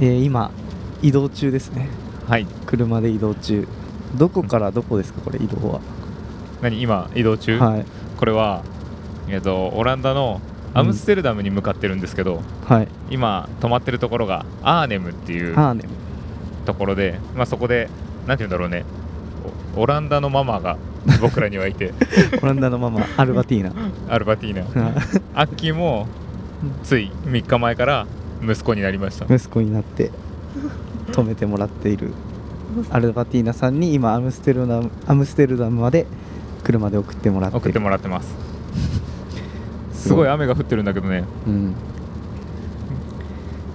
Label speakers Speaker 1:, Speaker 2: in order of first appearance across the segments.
Speaker 1: えー今移動中ですね
Speaker 2: はい
Speaker 1: 車で移動中どこからどこですかこれ移動は
Speaker 2: 何今移動中、
Speaker 1: はい
Speaker 2: これはえっとオランダのアムステルダムに向かってるんですけど、
Speaker 1: はい
Speaker 2: 今泊まってるところがアーネムっていう
Speaker 1: ハーネ
Speaker 2: ところで、まあ、そこでなんて言うんだろうねおオランダのママが 僕らにはい て
Speaker 1: ムオランダの ママアルバティー
Speaker 2: アルバティーナ
Speaker 1: ナ
Speaker 2: アッキーもつい3日前から息子になりました
Speaker 1: 息子になって泊めてもらってい るアルバティーナさんに今アムステルダムアムステルダムまで車で送ってもらってる
Speaker 2: 送ってもらってますすごい雨が降ってるんだけどね、
Speaker 1: うん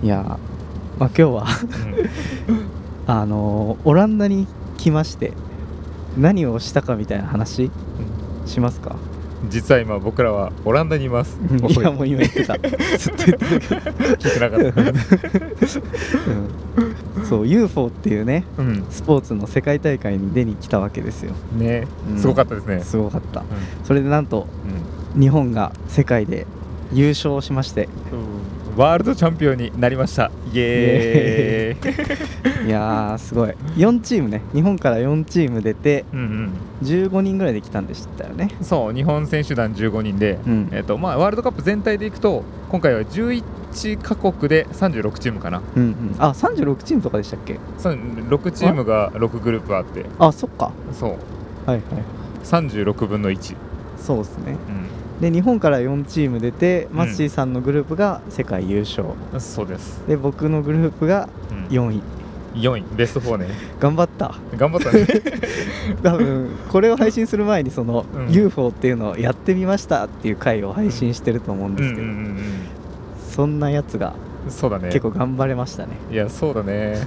Speaker 1: いやーまあ今日は あのーオランダに来まして何をしたかみたいな話しますか
Speaker 2: うん実は今僕らはオランダにいます
Speaker 1: い
Speaker 2: 遅い
Speaker 1: やもう今言ってたずっと言ってたけど
Speaker 2: 聞いてなかっ
Speaker 1: うんそう UFO っていうね
Speaker 2: たうん
Speaker 1: スポーツの世界大会に出に来たわけですよ
Speaker 2: ね
Speaker 1: うん
Speaker 2: すごかったですね、
Speaker 1: すごかったそれでなんと
Speaker 2: う
Speaker 1: 日本が世界で優勝しまして
Speaker 2: んワールドチャンピオンになりましたイエーイ
Speaker 1: いやーすごい4チームね日本から4チーム出て
Speaker 2: うん、
Speaker 1: 15人ぐらいで来たんでしたよね
Speaker 2: うん、そう日本選手団15人で、
Speaker 1: うん
Speaker 2: えっとまあ、ワールドカップ全体でいくと今回は11カ国で36チームかな
Speaker 1: うんうん、あ36チームとかでしたっけ
Speaker 2: 6チームが6グループあって
Speaker 1: あそっか
Speaker 2: そう
Speaker 1: はいはい
Speaker 2: 36分の1、
Speaker 1: そうですね
Speaker 2: う
Speaker 1: で日本から4チーム出て
Speaker 2: ん
Speaker 1: マッシーさんのグループが世界優勝、
Speaker 2: ん、そうです、
Speaker 1: で僕のグループが
Speaker 2: うん、
Speaker 1: 4位
Speaker 2: 4位ベスト4ね
Speaker 1: 頑張った
Speaker 2: 頑張った ね
Speaker 1: 多分これを配信する前にその、
Speaker 2: うん
Speaker 1: UFO っていうのをやってみましたっていう回を配信してると思うん
Speaker 2: う
Speaker 1: で
Speaker 2: ん
Speaker 1: すけ
Speaker 2: う
Speaker 1: ど、
Speaker 2: ん
Speaker 1: そんなやつが
Speaker 2: うんそうだね
Speaker 1: 結構頑張れましたね
Speaker 2: いやそうだね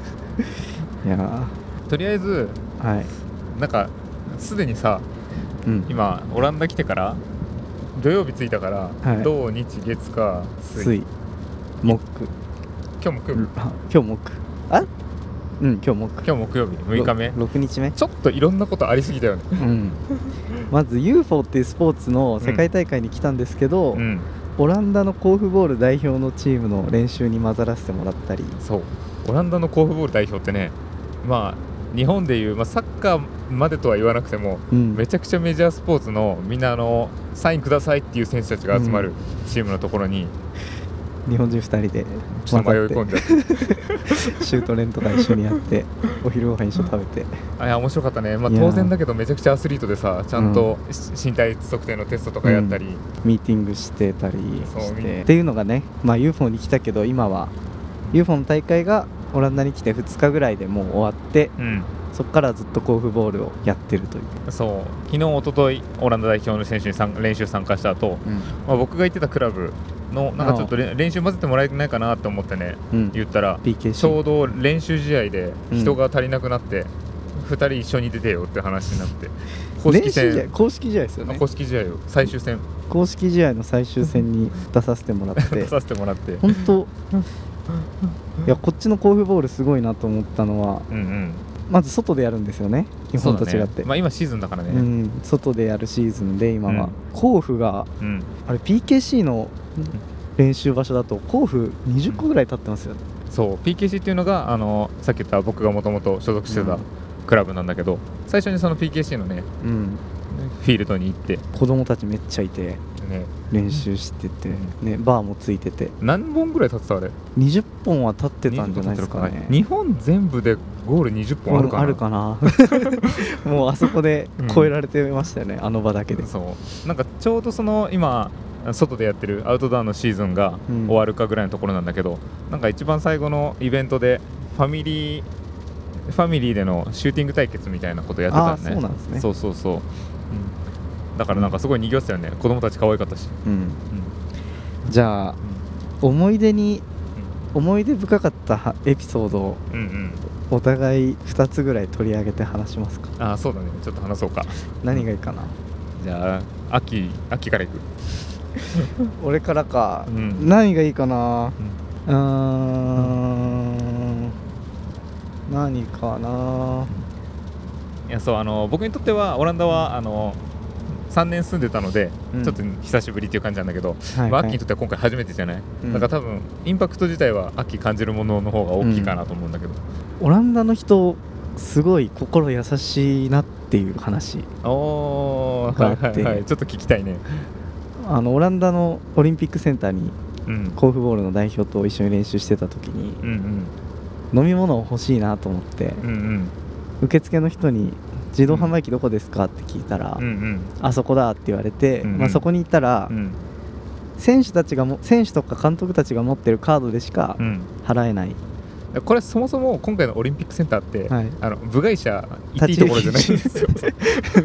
Speaker 1: いやー
Speaker 2: とりあえず
Speaker 1: はい、
Speaker 2: なんかすでにさ
Speaker 1: うん、
Speaker 2: 今オランダ来てから土曜日着いたから、
Speaker 1: はい
Speaker 2: 土日月か水
Speaker 1: 水木
Speaker 2: 今日木曜日、
Speaker 1: あ今日木あうん今日木
Speaker 2: 今日木曜日6日目
Speaker 1: ろ6日目
Speaker 2: ちょっといろんなことありすぎたよね
Speaker 1: うん、 まず UFO っていうスポーツの世界大会に来たんですけど、
Speaker 2: うん
Speaker 1: オランダの甲府ボール代表のチームの練習に混ざらせてもらったり、
Speaker 2: そうオランダの甲府ボール代表ってねまあ日本でいう、まあ、サッカーまでとは言わなくても
Speaker 1: うん
Speaker 2: めちゃくちゃメジャースポーツのみんなあのサインくださいっていう選手たちが集ま
Speaker 1: う
Speaker 2: るチームのところに
Speaker 1: 日本人2人で
Speaker 2: ち
Speaker 1: 混
Speaker 2: ょっと迷い
Speaker 1: ざ
Speaker 2: 込
Speaker 1: っ
Speaker 2: んじゃって、
Speaker 1: てシュート練とか一緒にやってお昼ご飯一緒に食べて
Speaker 2: あいや面白かったね、まあ、
Speaker 1: いやー
Speaker 2: 当然だけどめちゃくちゃアスリートでさちゃんとし身体測定のテストとかやったり、
Speaker 1: ミーティングしてたり
Speaker 2: そう
Speaker 1: し
Speaker 2: みん
Speaker 1: て
Speaker 2: な
Speaker 1: っていうのがね、まあ、UFO に来たけど今は UFO の大会がオランダに来て2日ぐらいでもう終わって
Speaker 2: うん
Speaker 1: そこからずっと甲府ボールをやってるという、
Speaker 2: そう昨日一昨日オランダ代表の選手に参練習参加した後、まあ僕が行ってたクラブのなんかちょっとれ練習混ぜてもらえないかなと思ってね
Speaker 1: うん
Speaker 2: 言ったら
Speaker 1: PK
Speaker 2: ちょうど練習試合で
Speaker 1: うん
Speaker 2: 人が足りなくなって、2人一緒に出てよって話になって公
Speaker 1: 練
Speaker 2: 式
Speaker 1: 習試合
Speaker 2: 戦
Speaker 1: 公式試合ですよ
Speaker 2: あ
Speaker 1: ね
Speaker 2: 公式試合を最終戦
Speaker 1: 公式試合の最終戦に出させてもらって
Speaker 2: 出させてもらって、
Speaker 1: 本当いやこっちの甲府ボールすごいなと思ったのは
Speaker 2: うんうん、
Speaker 1: まず外でやるんですよね日本と
Speaker 2: そう
Speaker 1: 違
Speaker 2: だ
Speaker 1: って
Speaker 2: ねまあ、今シーズンだからね、
Speaker 1: う
Speaker 2: うん
Speaker 1: ん、外でやるシーズンで今は、
Speaker 2: うん
Speaker 1: 甲府があれ PKC の練習場所だと甲府20個ぐらい立ってますよ、
Speaker 2: そう PKC っていうのがあのさっき言った僕がもともと所属して
Speaker 1: う
Speaker 2: た
Speaker 1: ん
Speaker 2: クラブなんだけど最初にその PKC のね
Speaker 1: うん、
Speaker 2: フィールドに行って、
Speaker 1: 子供たちめっちゃいて
Speaker 2: ね、
Speaker 1: 練習してて、
Speaker 2: う
Speaker 1: ね、バーもついてて
Speaker 2: 何本ぐらい立ってたあれ
Speaker 1: 20本は立ってたんじゃないですか
Speaker 2: 20立ってる
Speaker 1: ね
Speaker 2: 日本全部でゴール20本あるかな
Speaker 1: な もうあそこで超えられてましたよね、あの場だけで
Speaker 2: そうなんかちょうどその今外でやってるアウトドアのシーズンが
Speaker 1: うん
Speaker 2: 終わるかぐらいのところなんだけど、なんか一番最後のイベントでファミリーファミリーでのシューティング対決みたいなことやってた
Speaker 1: あーそうなんですね
Speaker 2: そうそうそう、うんだからなんかすごい賑わってたよね子供たち可愛かったし、
Speaker 1: うん
Speaker 2: うん
Speaker 1: じゃあ思い出に思い出深かったエピソードを
Speaker 2: うん、うんうん
Speaker 1: お互い2つぐらい取り上げて話しますか
Speaker 2: あーそうだねちょっと話そうか
Speaker 1: 何がいいかな
Speaker 2: じゃあ秋秋からいく、
Speaker 1: 俺からか、
Speaker 2: うん
Speaker 1: 何がいいかなう
Speaker 2: うん
Speaker 1: ーん何かない
Speaker 2: やそうあの僕にとってはオランダはあの3年住んでたので、
Speaker 1: うん
Speaker 2: ちょっと久しぶりっていう感じなんだけど、
Speaker 1: はい
Speaker 2: まあ、ア
Speaker 1: は
Speaker 2: ッキーに
Speaker 1: い
Speaker 2: とっては今回初めてじゃない、
Speaker 1: うん
Speaker 2: だから多分インパクト自体はアッキー感じるものの方が大きいかなと思うんだけど、
Speaker 1: オランダの人すごい心優しいなっていう話
Speaker 2: おーはいはいはいちょっと聞きたいね
Speaker 1: あのオランダのオリンピックセンターに
Speaker 2: うん
Speaker 1: 甲府ボールの代表と一緒に練習してた時に
Speaker 2: うん
Speaker 1: 飲み物欲しいなと思って
Speaker 2: うんうん
Speaker 1: 受付の人に「自動販売機どこですか?」って聞いたら
Speaker 2: うんうん
Speaker 1: 「あそこだ」って言われて、
Speaker 2: うんうん
Speaker 1: まあ、そこに行ったら
Speaker 2: うん
Speaker 1: 選手たちがも選手とか監督たちが持ってるカードでしか
Speaker 2: うん
Speaker 1: 払えない、
Speaker 2: うんこれそもそも今回のオリンピックセンターって、
Speaker 1: はい、
Speaker 2: あの部外者行っていいところじゃないんですよ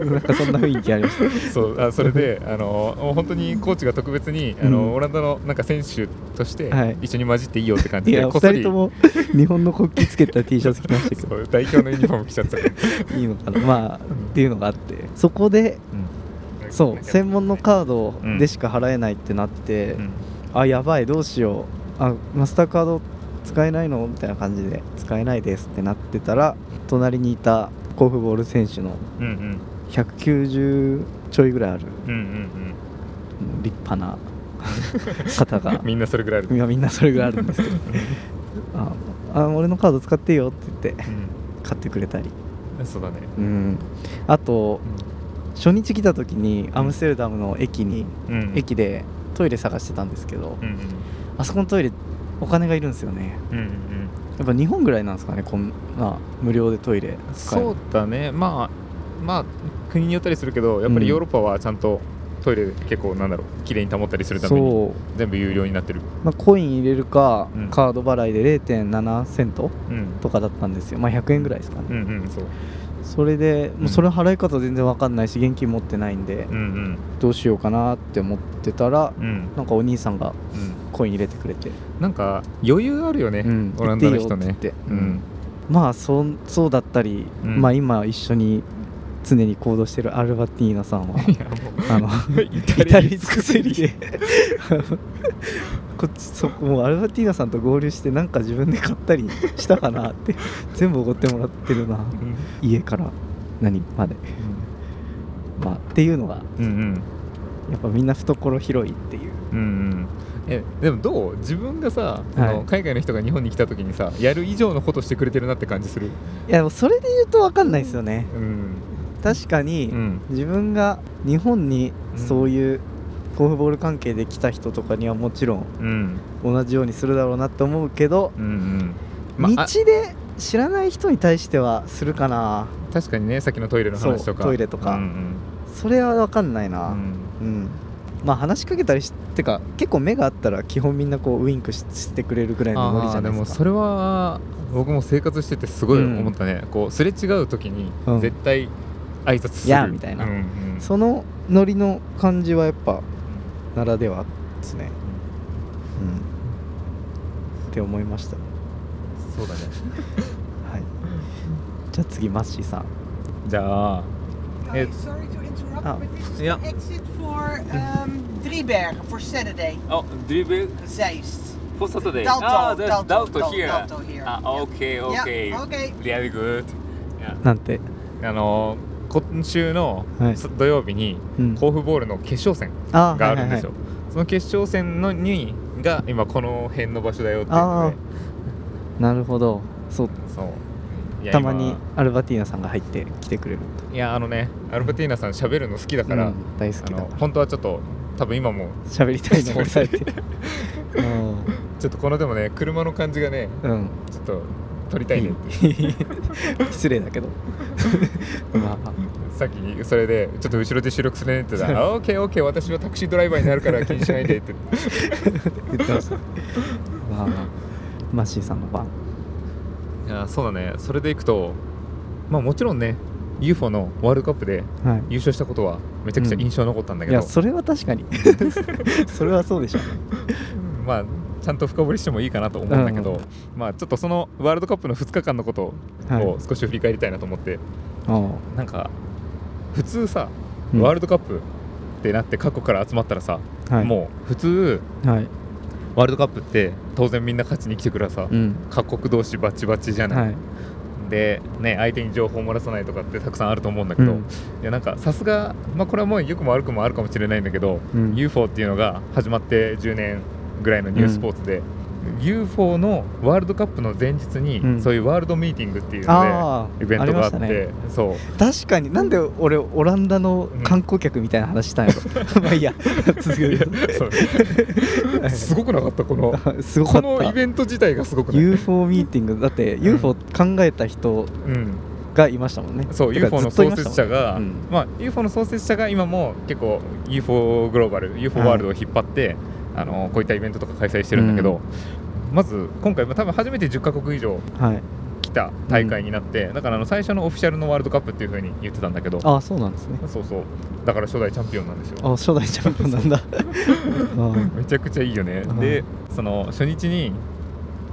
Speaker 1: なんかそんな雰囲気ありました
Speaker 2: そうあそ れであのもう本当にコーチが特別にあの、
Speaker 1: うん
Speaker 2: オランダのなんか選手として
Speaker 1: はい
Speaker 2: 一緒に混じっていいよって感
Speaker 1: い
Speaker 2: じで
Speaker 1: や2
Speaker 2: こっそり
Speaker 1: 人とも日本の国旗つけた T シャツ着てましたけ
Speaker 2: そう代表のユニフォーム着ちゃ ったから、
Speaker 1: どいいのかなまあっていうのがあってそこで
Speaker 2: うん
Speaker 1: そう専門のカード
Speaker 2: うん
Speaker 1: でしか払えないってなって、
Speaker 2: うん
Speaker 1: あやばいどうしようあマスターカード使えないのみたいな感じで使えないですってなってたら隣にいたコーフボール選手の
Speaker 2: うんうん
Speaker 1: 190ちょいぐらいある
Speaker 2: うんうん
Speaker 1: うん立派な方
Speaker 2: う
Speaker 1: が
Speaker 2: んみんなそれぐらいある
Speaker 1: いやみんなそれぐらいあるん ですけどああ俺のカード使っていいよって言って買ってくれたり、
Speaker 2: うんそうだね
Speaker 1: うん、あと
Speaker 2: う
Speaker 1: 初日来た時にアムステルダムの駅に、
Speaker 2: んうん
Speaker 1: 駅でトイレ探してたんですけど
Speaker 2: うんうん
Speaker 1: あそこのトイレお金がいるんですよね
Speaker 2: うんうん
Speaker 1: やっぱ日本ぐらいなんですかねこんな無料でトイレ使える
Speaker 2: そうだねまあまあ国によったりするけどやっぱりヨーロッパはちゃんとトイレ結構なんだろう綺麗に保ったりするために
Speaker 1: そう
Speaker 2: 全部有料になってる
Speaker 1: まあ、コイン入れるか、
Speaker 2: うん
Speaker 1: カード払いで0.7セント
Speaker 2: うん
Speaker 1: とかだったんですよまあ100円ぐらいですかね、
Speaker 2: うんうんそう
Speaker 1: それで、もううんそれ払い方全然わかんないし現金持ってないんで、
Speaker 2: うん
Speaker 1: どうしようかなって思ってたら
Speaker 2: うんうん
Speaker 1: なんかお兄さんが
Speaker 2: うん
Speaker 1: コイン入れてくれて、
Speaker 2: なんか余裕あるよね
Speaker 1: うん
Speaker 2: オランダの人ね
Speaker 1: 行っていいよって
Speaker 2: う
Speaker 1: 言って
Speaker 2: ん
Speaker 1: まあそんそうだったり、
Speaker 2: うん
Speaker 1: まあ今一緒に常に行動してるアルバティーナさ んは
Speaker 2: いやもう
Speaker 1: あの
Speaker 2: 至
Speaker 1: 至
Speaker 2: れり
Speaker 1: り尽くせりであの こっちそこもうアルバティーナさんと合流してなんか自分で買ったりしたかなって全部おごってもらってるな
Speaker 2: うん
Speaker 1: 家から何まで、まあ、っていうのが
Speaker 2: うんうん
Speaker 1: やっぱみんな懐広いっていう
Speaker 2: うんうんえでもどう自分がさ、あ
Speaker 1: は
Speaker 2: の
Speaker 1: い
Speaker 2: 海外の人が日本に来た時にさやる以上のことしてくれてるなって感じする
Speaker 1: いやでもそれで言うと分かんないですよね
Speaker 2: うん
Speaker 1: 確かに、
Speaker 2: うん
Speaker 1: 自分が日本にそういうゴルフボール関係で来た人とかにはもちろん
Speaker 2: うん
Speaker 1: 同じようにするだろうなって思うけど、
Speaker 2: うんうんまああ
Speaker 1: 道で知らない人に対してはするかな
Speaker 2: 確かにねさっきのトイレの話とか
Speaker 1: そうトイレとか
Speaker 2: うん
Speaker 1: それは分かんない
Speaker 2: うん
Speaker 1: な
Speaker 2: うん
Speaker 1: うん、まあ話しかけたりしてか結構目があったら基本みんなこうウインクししてくれるぐらいのノリ
Speaker 2: あ
Speaker 1: じ
Speaker 2: ー
Speaker 1: ゃな
Speaker 2: で
Speaker 1: いで
Speaker 2: も
Speaker 1: す
Speaker 2: そ
Speaker 1: か
Speaker 2: れは僕も生活しててすごい思ったね、こうすれ違う時に
Speaker 1: うん
Speaker 2: 絶対挨拶する、
Speaker 1: やあみたいな
Speaker 2: うんうん
Speaker 1: そのノリの感じはやっぱならではですねうんって思いました
Speaker 2: そう だね
Speaker 1: はいじゃあ次マッシーさん
Speaker 2: じゃあ
Speaker 3: Hi,
Speaker 2: It-
Speaker 3: sorry to interrupt,
Speaker 1: Oh.
Speaker 3: but this is
Speaker 4: Yeah.
Speaker 3: the exit for um, Driebergen for Saturday,
Speaker 4: Oh, dribble
Speaker 3: Zeist.
Speaker 4: for Saturday.
Speaker 3: Dalto,
Speaker 4: ah, that's Dalto,
Speaker 3: Dalto, Dal-
Speaker 4: here.
Speaker 3: Dalto here.
Speaker 4: Ah, okay, okay.
Speaker 3: Yeah, okay.
Speaker 4: Really good.
Speaker 1: なんて
Speaker 2: あのー今週の
Speaker 1: はい
Speaker 2: そ土曜日に
Speaker 1: うん
Speaker 2: 甲府ボールの決勝戦
Speaker 1: あー
Speaker 2: があるんです
Speaker 1: はいはいは
Speaker 2: よ
Speaker 1: い、
Speaker 2: その決勝戦のにが今この辺の場所だよっていうので
Speaker 1: なるほどそう
Speaker 2: そういや
Speaker 1: たまに
Speaker 2: 今
Speaker 1: アルバティーナさんが入ってきてくれる
Speaker 2: いやあのねアルバティーナさん喋るの好きだから、
Speaker 1: うん大好
Speaker 2: あ
Speaker 1: きだ
Speaker 2: の
Speaker 1: から
Speaker 2: 本当はちょっと多分今も
Speaker 1: 喋りたいのを抑えて
Speaker 2: ちょっとこのでもね車の感じがね
Speaker 1: うん、うん、
Speaker 2: ちょっと撮りたいねっ て
Speaker 1: 失礼だ けどまあ
Speaker 2: さっきそれでちょっと後ろで収録するねって言 ったら「あオッケーオッケー私はタクシードライバーになるから気に しないで」って
Speaker 1: 言ってましたまあまあマッシーさんの番
Speaker 2: いやそうだねそれでいくとまあもちろんね UFO のワールドカップで
Speaker 1: はい
Speaker 2: 優勝したことはめちゃくちゃ印象に残ったんだ
Speaker 1: い
Speaker 2: けど、
Speaker 1: やそれは確か にそれはそうでしょうね
Speaker 2: まあちゃんと深掘りしてもいいかなと思うんだけど、まあちょっとそのワールドカップの2日間のこと
Speaker 1: はい
Speaker 2: を少し振り返りたいなと思って、
Speaker 1: おう
Speaker 2: なんか普通さ
Speaker 1: うん
Speaker 2: ワールドカップってなって過去から集まったらさ、
Speaker 1: はい
Speaker 2: もう普通
Speaker 1: うはい
Speaker 2: ワールドカップって当然みんな勝ちに来てくるからさ、
Speaker 1: うん
Speaker 2: 各国同士バチバチじゃない、
Speaker 1: はい
Speaker 2: で、ね、相手に情報を漏らさないとかってたくさんあると思うんだけど、
Speaker 1: うん
Speaker 2: いやなんかさすが、まあ、これはもう良くも悪くもあるかもしれないんだけど、
Speaker 1: うん
Speaker 2: UFO っていうのが始まって10年ぐらいのニュースポーツで、UFO のワールドカップの前日に、
Speaker 1: うん
Speaker 2: そういうワールドミーティングっていうの
Speaker 1: ああ
Speaker 2: でイベントがあっ
Speaker 1: あ
Speaker 2: て
Speaker 1: りましたね
Speaker 2: そう
Speaker 1: 確かになんで俺オランダの観光客みたいな話したんや ろまあいいや続ける
Speaker 2: そうすごくなかったこの
Speaker 1: あすごか
Speaker 2: こ
Speaker 1: っ
Speaker 2: のイ
Speaker 1: た
Speaker 2: ベント自体がすごくない、
Speaker 1: UFO ミーティングだって UFO 考えた人
Speaker 2: うん、
Speaker 1: がいましたもんね
Speaker 2: そう
Speaker 1: てか
Speaker 2: UFO の
Speaker 1: ずっといまし
Speaker 2: 創
Speaker 1: たも
Speaker 2: 設
Speaker 1: ん
Speaker 2: 者が、
Speaker 1: うん
Speaker 2: まあ、UFO の創設者が今も結構 UFO グローバル UFO
Speaker 1: はい
Speaker 2: ワールドを引っ張って、あのこういったイベントとか開催してるんだけど、まず今回まあ多分初めて10カ国以上
Speaker 1: はい
Speaker 2: 来た大会になって、だからあの最初のオフィシャルのワールドカップっていう風に言ってたんだけど
Speaker 1: ああそうなんですね
Speaker 2: そうそうだから初代チャンピオンなんです
Speaker 1: あ
Speaker 2: よ
Speaker 1: 初代チャンピオン なんだあ
Speaker 2: めちゃくちゃいいよね
Speaker 1: うん
Speaker 2: でその初日に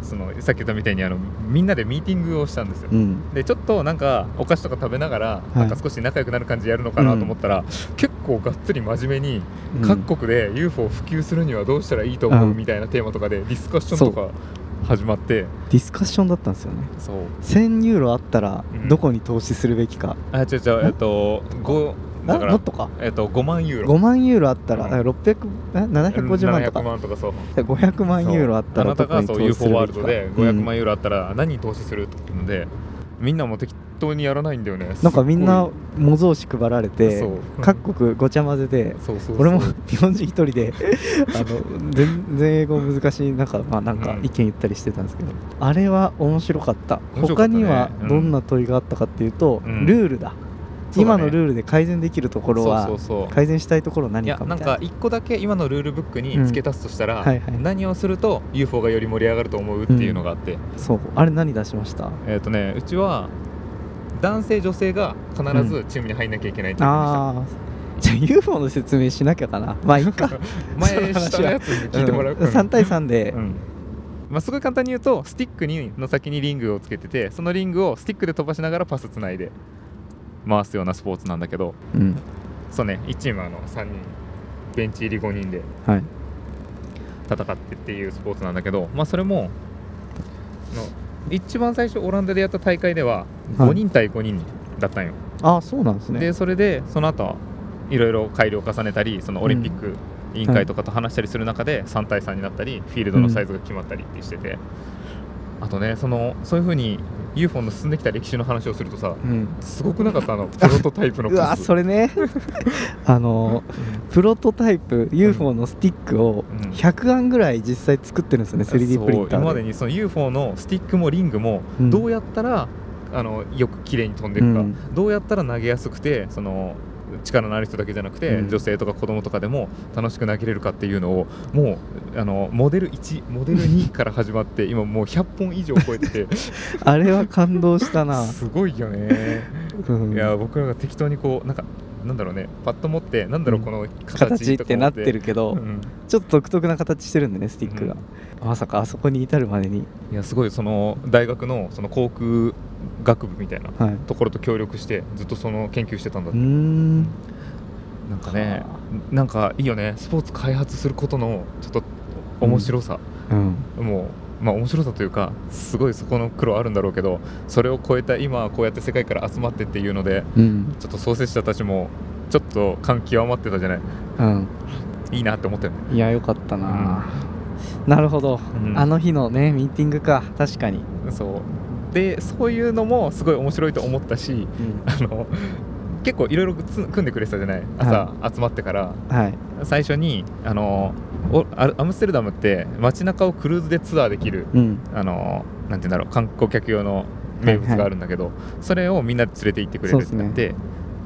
Speaker 2: そのさっき言ったみたいにあのみんなでミーティングをしたんですよ
Speaker 1: あうん
Speaker 2: でちょっとなんかお菓子とか食べながら、
Speaker 1: い
Speaker 2: なんか少し仲良くなる感じでやるのかなと思ったら、結構がっつり真面目に、
Speaker 1: うん
Speaker 2: 各国で UFO を普及するにはどうしたらいいと思ううんみたいなテーマとかでディスカッションとか始まって
Speaker 1: ディスカッションだったんですよね
Speaker 2: そう
Speaker 1: 1000ユーロあったら
Speaker 2: うん
Speaker 1: どこに投資するべきか、
Speaker 2: あ違う違うえっと5だ
Speaker 1: あ
Speaker 2: か
Speaker 1: も
Speaker 2: ら
Speaker 1: っとか
Speaker 2: えっと5万ユーロ
Speaker 1: 5万ユーロあったら
Speaker 2: うん
Speaker 1: あ600え750万と
Speaker 2: 700
Speaker 1: か
Speaker 2: 万とかそう
Speaker 1: 500万ユーロあった
Speaker 2: あ
Speaker 1: ら
Speaker 2: なた
Speaker 1: どこ
Speaker 2: が
Speaker 1: に投
Speaker 2: そう
Speaker 1: 資す
Speaker 2: UFO
Speaker 1: る
Speaker 2: ワ
Speaker 1: べ
Speaker 2: ール
Speaker 1: きか
Speaker 2: ドで500
Speaker 1: うん
Speaker 2: 万ユーロあったら何に投資するって言うので、みんなも適当にやらないんだよね
Speaker 1: なんかみんな
Speaker 2: す
Speaker 1: 模造紙配られ
Speaker 2: っごい
Speaker 1: て
Speaker 2: そう
Speaker 1: 各国ごちゃ混ぜで
Speaker 2: そうそうそう
Speaker 1: 俺も日本人一人であの全然英語難しい中、まあ、なんか
Speaker 2: うん
Speaker 1: 意見言ったりしてたんですけど、あれは面白かった
Speaker 2: 面白か
Speaker 1: 他
Speaker 2: ったね
Speaker 1: には
Speaker 2: うん
Speaker 1: どんな問いがあったかっていうと、
Speaker 2: うん
Speaker 1: ルールだ
Speaker 2: そうだ
Speaker 1: 今
Speaker 2: ね
Speaker 1: のルールで改善できるところは
Speaker 2: そうそうそう
Speaker 1: 改善したいところ何
Speaker 2: い
Speaker 1: か
Speaker 2: や
Speaker 1: み
Speaker 2: な
Speaker 1: たい
Speaker 2: ん
Speaker 1: な
Speaker 2: か一個だけ今のルールブックに付け足すとしたら、
Speaker 1: うんはいはい
Speaker 2: 何をすると UFO がより盛り上がると思うっていうのがあって、
Speaker 1: そうあれ何出しました
Speaker 2: えっ、とねうちは男性女性が必ずチームに入んなきゃいけないって言って
Speaker 1: ああじゃあ UFO の説明しなきゃかなまあいいか
Speaker 2: ました、
Speaker 1: うん
Speaker 2: 前下のやつに聞いてもらう、
Speaker 1: うん3対3で、
Speaker 2: うんまあ、すごい簡単に言うとスティックにの先にリングをつけててそのリングをスティックで飛ばしながらパスつないで回すようなスポーツなんだけど
Speaker 1: うん
Speaker 2: そうね1チームあの3人ベンチ入り5人で
Speaker 1: はい
Speaker 2: 戦ってっていうスポーツなんだけど、まあ、それもの一番最初オランダでやった大会では
Speaker 1: はい
Speaker 2: 5人対5人だったんよ、
Speaker 1: ああそうなんですね
Speaker 2: でそれでその後いろいろ改良を重ねたりそのオリンピック委員会とかと話したりする中で3対3になったりフィールドのサイズが決まったりってしてて、あとねそのそういうふうに UFO の進んできた歴史の話をするとさ
Speaker 1: うん
Speaker 2: すごくなかったあのプロトタイプ の
Speaker 1: うわ
Speaker 2: 数
Speaker 1: それ ねあのプロトタイプ UFO のスティックを
Speaker 2: うん
Speaker 1: 100案ぐらい実際作ってるんですよね 3D プリンタ
Speaker 2: そう今ま
Speaker 1: ー
Speaker 2: で
Speaker 1: で
Speaker 2: にその UFO のスティックもリングも
Speaker 1: うん
Speaker 2: どうやったら、あのよく綺麗に飛んでるか、
Speaker 1: うん
Speaker 2: どうやったら投げやすくてその力のある人だけじゃなくて、
Speaker 1: うん
Speaker 2: 女性とか子供とかでも楽しく投げれるかっていうのをもうあのモデル1モデル2から始 まって今もう100本以上超えてて
Speaker 1: あれは感動したな、
Speaker 2: すごいよね、
Speaker 1: うん
Speaker 2: いや僕らが適当にこうなんかなんだろうねパッと持ってなんだろうこの
Speaker 1: 形
Speaker 2: 形
Speaker 1: っ
Speaker 2: とか
Speaker 1: てなってるけど、
Speaker 2: うん
Speaker 1: ちょっと独特な形してるんでねスティックが、まさかあそこに至るまでに、
Speaker 2: いやすごいその大学のその航空学部みたいな
Speaker 1: はい、う
Speaker 2: ところと協力してずっとその研究してたんだっ
Speaker 1: ー
Speaker 2: て
Speaker 1: ん
Speaker 2: なんかねなんかいいよねスポーツ開発することのちょっと面白さ、
Speaker 1: うん
Speaker 2: もうまあ面白さというかすごいそこの苦労あるんだろうけどそれを超えた今はこうやって世界から集まってっていうので
Speaker 1: うん
Speaker 2: ちょっと創設者たちもちょっと感極まってたじゃない
Speaker 1: うん
Speaker 2: いいなって思ったよね
Speaker 1: いやよかったな、なるほど、
Speaker 2: うん
Speaker 1: あの日のねミーティングか確かに、
Speaker 2: そうでそういうのもすごい面白いと思ったしあの結構いろいろ組んでくれてたじゃない朝集まってから
Speaker 1: はい
Speaker 2: 最初にあのおアアムステルダムって街中をクルーズでツアーできる
Speaker 1: うん
Speaker 2: あのなんて言うんだろう観光客用の名物があるんだけど、それをみんなで連れて行ってくれるってなって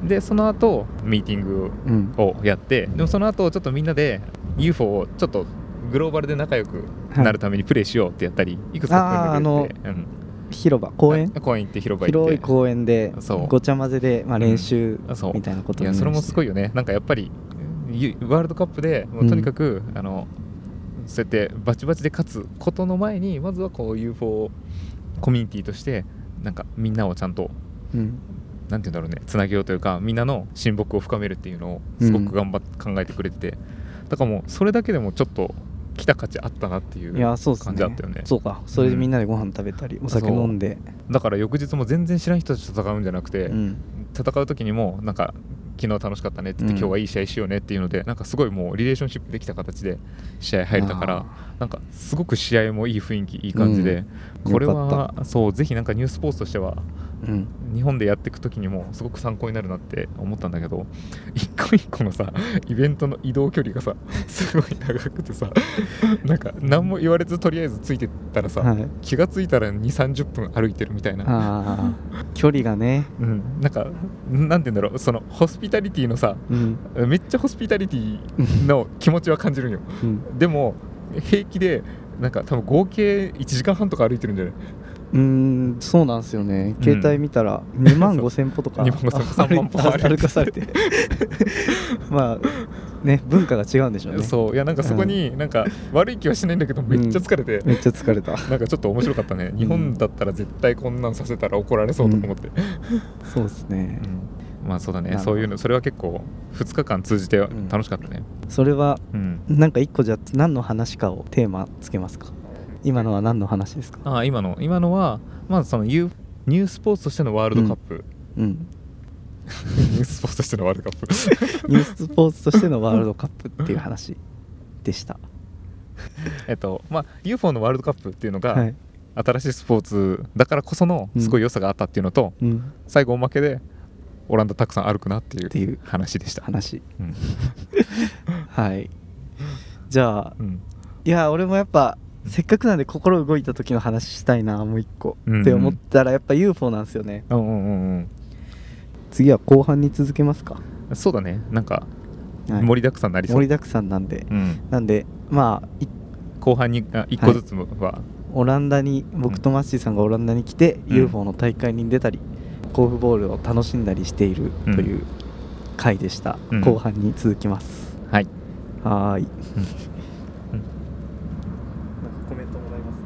Speaker 2: で,、その後ミーティング
Speaker 1: うん
Speaker 2: をやってでもその後ちょっとみんなで UFO をちょっとグローバルで仲良くなるためにプレイしようってやったり、い、くつか組んでくれてうん
Speaker 1: 広場公園
Speaker 2: あ公園行って広場行って
Speaker 1: 広い公園で
Speaker 2: そう
Speaker 1: ごちゃ混ぜで、まあ、練習
Speaker 2: あそう
Speaker 1: みたいなこと
Speaker 2: いやそれもすご
Speaker 1: い
Speaker 2: いよねなんかやっぱりゆワールドカップでもう
Speaker 1: うん
Speaker 2: とにかく、あのそうやってバチバチで勝つことの前にまずはこう UFO コミュニティとしてなんかみんなをちゃんと
Speaker 1: うん
Speaker 2: なんて言うんだろうねつなげようというかみんなの親睦を深めるっていうのをすごく頑張っ考えてくれてて、だからもうそれだけでもちょっと来た価値あったなっていう
Speaker 1: いやそうっす
Speaker 2: 感
Speaker 1: ね
Speaker 2: じだったよね
Speaker 1: そうかそれでみんなでご飯食べたり、お酒飲んで
Speaker 2: だから翌日も全然知らん人たちと戦うんじゃなくて、
Speaker 1: うん
Speaker 2: 戦う時にもなんか昨日楽しかったねって言って、
Speaker 1: うん
Speaker 2: 今日はいい試合しようねっていうのでなんかすごいもうリレーションシップできた形で試合入れたからなんかすごく試合もいい雰囲気いい感じで、
Speaker 1: うん
Speaker 2: これ
Speaker 1: よか
Speaker 2: はそうぜひなんかニュースポーツとしては
Speaker 1: うん
Speaker 2: 日本でやっていく時にもすごく参考になるなって思ったんだけど 一個一個のさイベントの移動距離がさすごい長くてさなんか何も言われずとりあえずついてったらさ、
Speaker 1: はい
Speaker 2: 気がついたら2 3 0分歩いてるみたいな。
Speaker 1: ああ距離がね
Speaker 2: うん、なんかなんて言うんだろうそのホスピタリティのさ
Speaker 1: うん
Speaker 2: めっちゃホスピタリティの気持ちは感じるんよ
Speaker 1: うん
Speaker 2: でも平気でなんか多分合計1時間半とか歩いてるんじゃないう
Speaker 1: ーんそうなんですよね携帯見たら2万5千歩とか
Speaker 2: 2万5000歩3万歩歩いて
Speaker 1: 歩かされ てまあね文化が違うんでしょうね
Speaker 2: そういやなんかそこになんか悪い気はしないんだけどめっちゃ疲れて、
Speaker 1: めっちゃ疲れた
Speaker 2: なんかちょっと面白かったね日本だったら絶対こんなんさせたら怒られそうとか思って、
Speaker 1: そうですね
Speaker 2: うんまあそうだ
Speaker 1: な
Speaker 2: ね
Speaker 1: るほど
Speaker 2: そういうのそれは結構2日間通じて
Speaker 1: ん
Speaker 2: 楽しかったね
Speaker 1: それは
Speaker 2: うん、
Speaker 1: なんか一個じゃあ何の話かをテーマつけますか今のは何の話ですか
Speaker 2: ああ今の今のはまあそのユーニュースポーツとしてのワールドカップ、
Speaker 1: うん
Speaker 2: ニュ ースポーツとしてのワールドカッ プ
Speaker 1: ニュースポーツとしてのワールドカップっていう話でした
Speaker 2: えっとまあ UFO のワールドカップっていうのが、
Speaker 1: はい、
Speaker 2: 新しいスポーツだからこそのすごい良さがあったっていうのと、
Speaker 1: うん、
Speaker 2: 最後おまけでオランダたくさん歩くなってい
Speaker 1: っていう
Speaker 2: う話でした、
Speaker 1: 話
Speaker 2: うん
Speaker 1: はいじゃあ
Speaker 2: うん
Speaker 1: いや俺もやっぱせっかくなんで心動いた時の話したいなもう一個、
Speaker 2: うんうん
Speaker 1: って思ったらやっぱ UFO なんですよね
Speaker 2: うんうんうん
Speaker 1: 次は後半に続けますか、
Speaker 2: うんそうだねなんか
Speaker 1: はい
Speaker 2: 盛りだくさんになりそう、
Speaker 1: 盛りだくさんなんで
Speaker 2: うん、
Speaker 1: なんでまあい
Speaker 2: 後半にあ1個ずつは、
Speaker 1: オランダに僕とマッシーさんがオランダに来て、
Speaker 2: うん
Speaker 1: UFO の大会に出たり甲府ボールを楽しんだりしているという回でした、
Speaker 2: うん
Speaker 1: 後半に続きます
Speaker 2: はい
Speaker 1: はーい
Speaker 2: うん
Speaker 1: コメントもらいます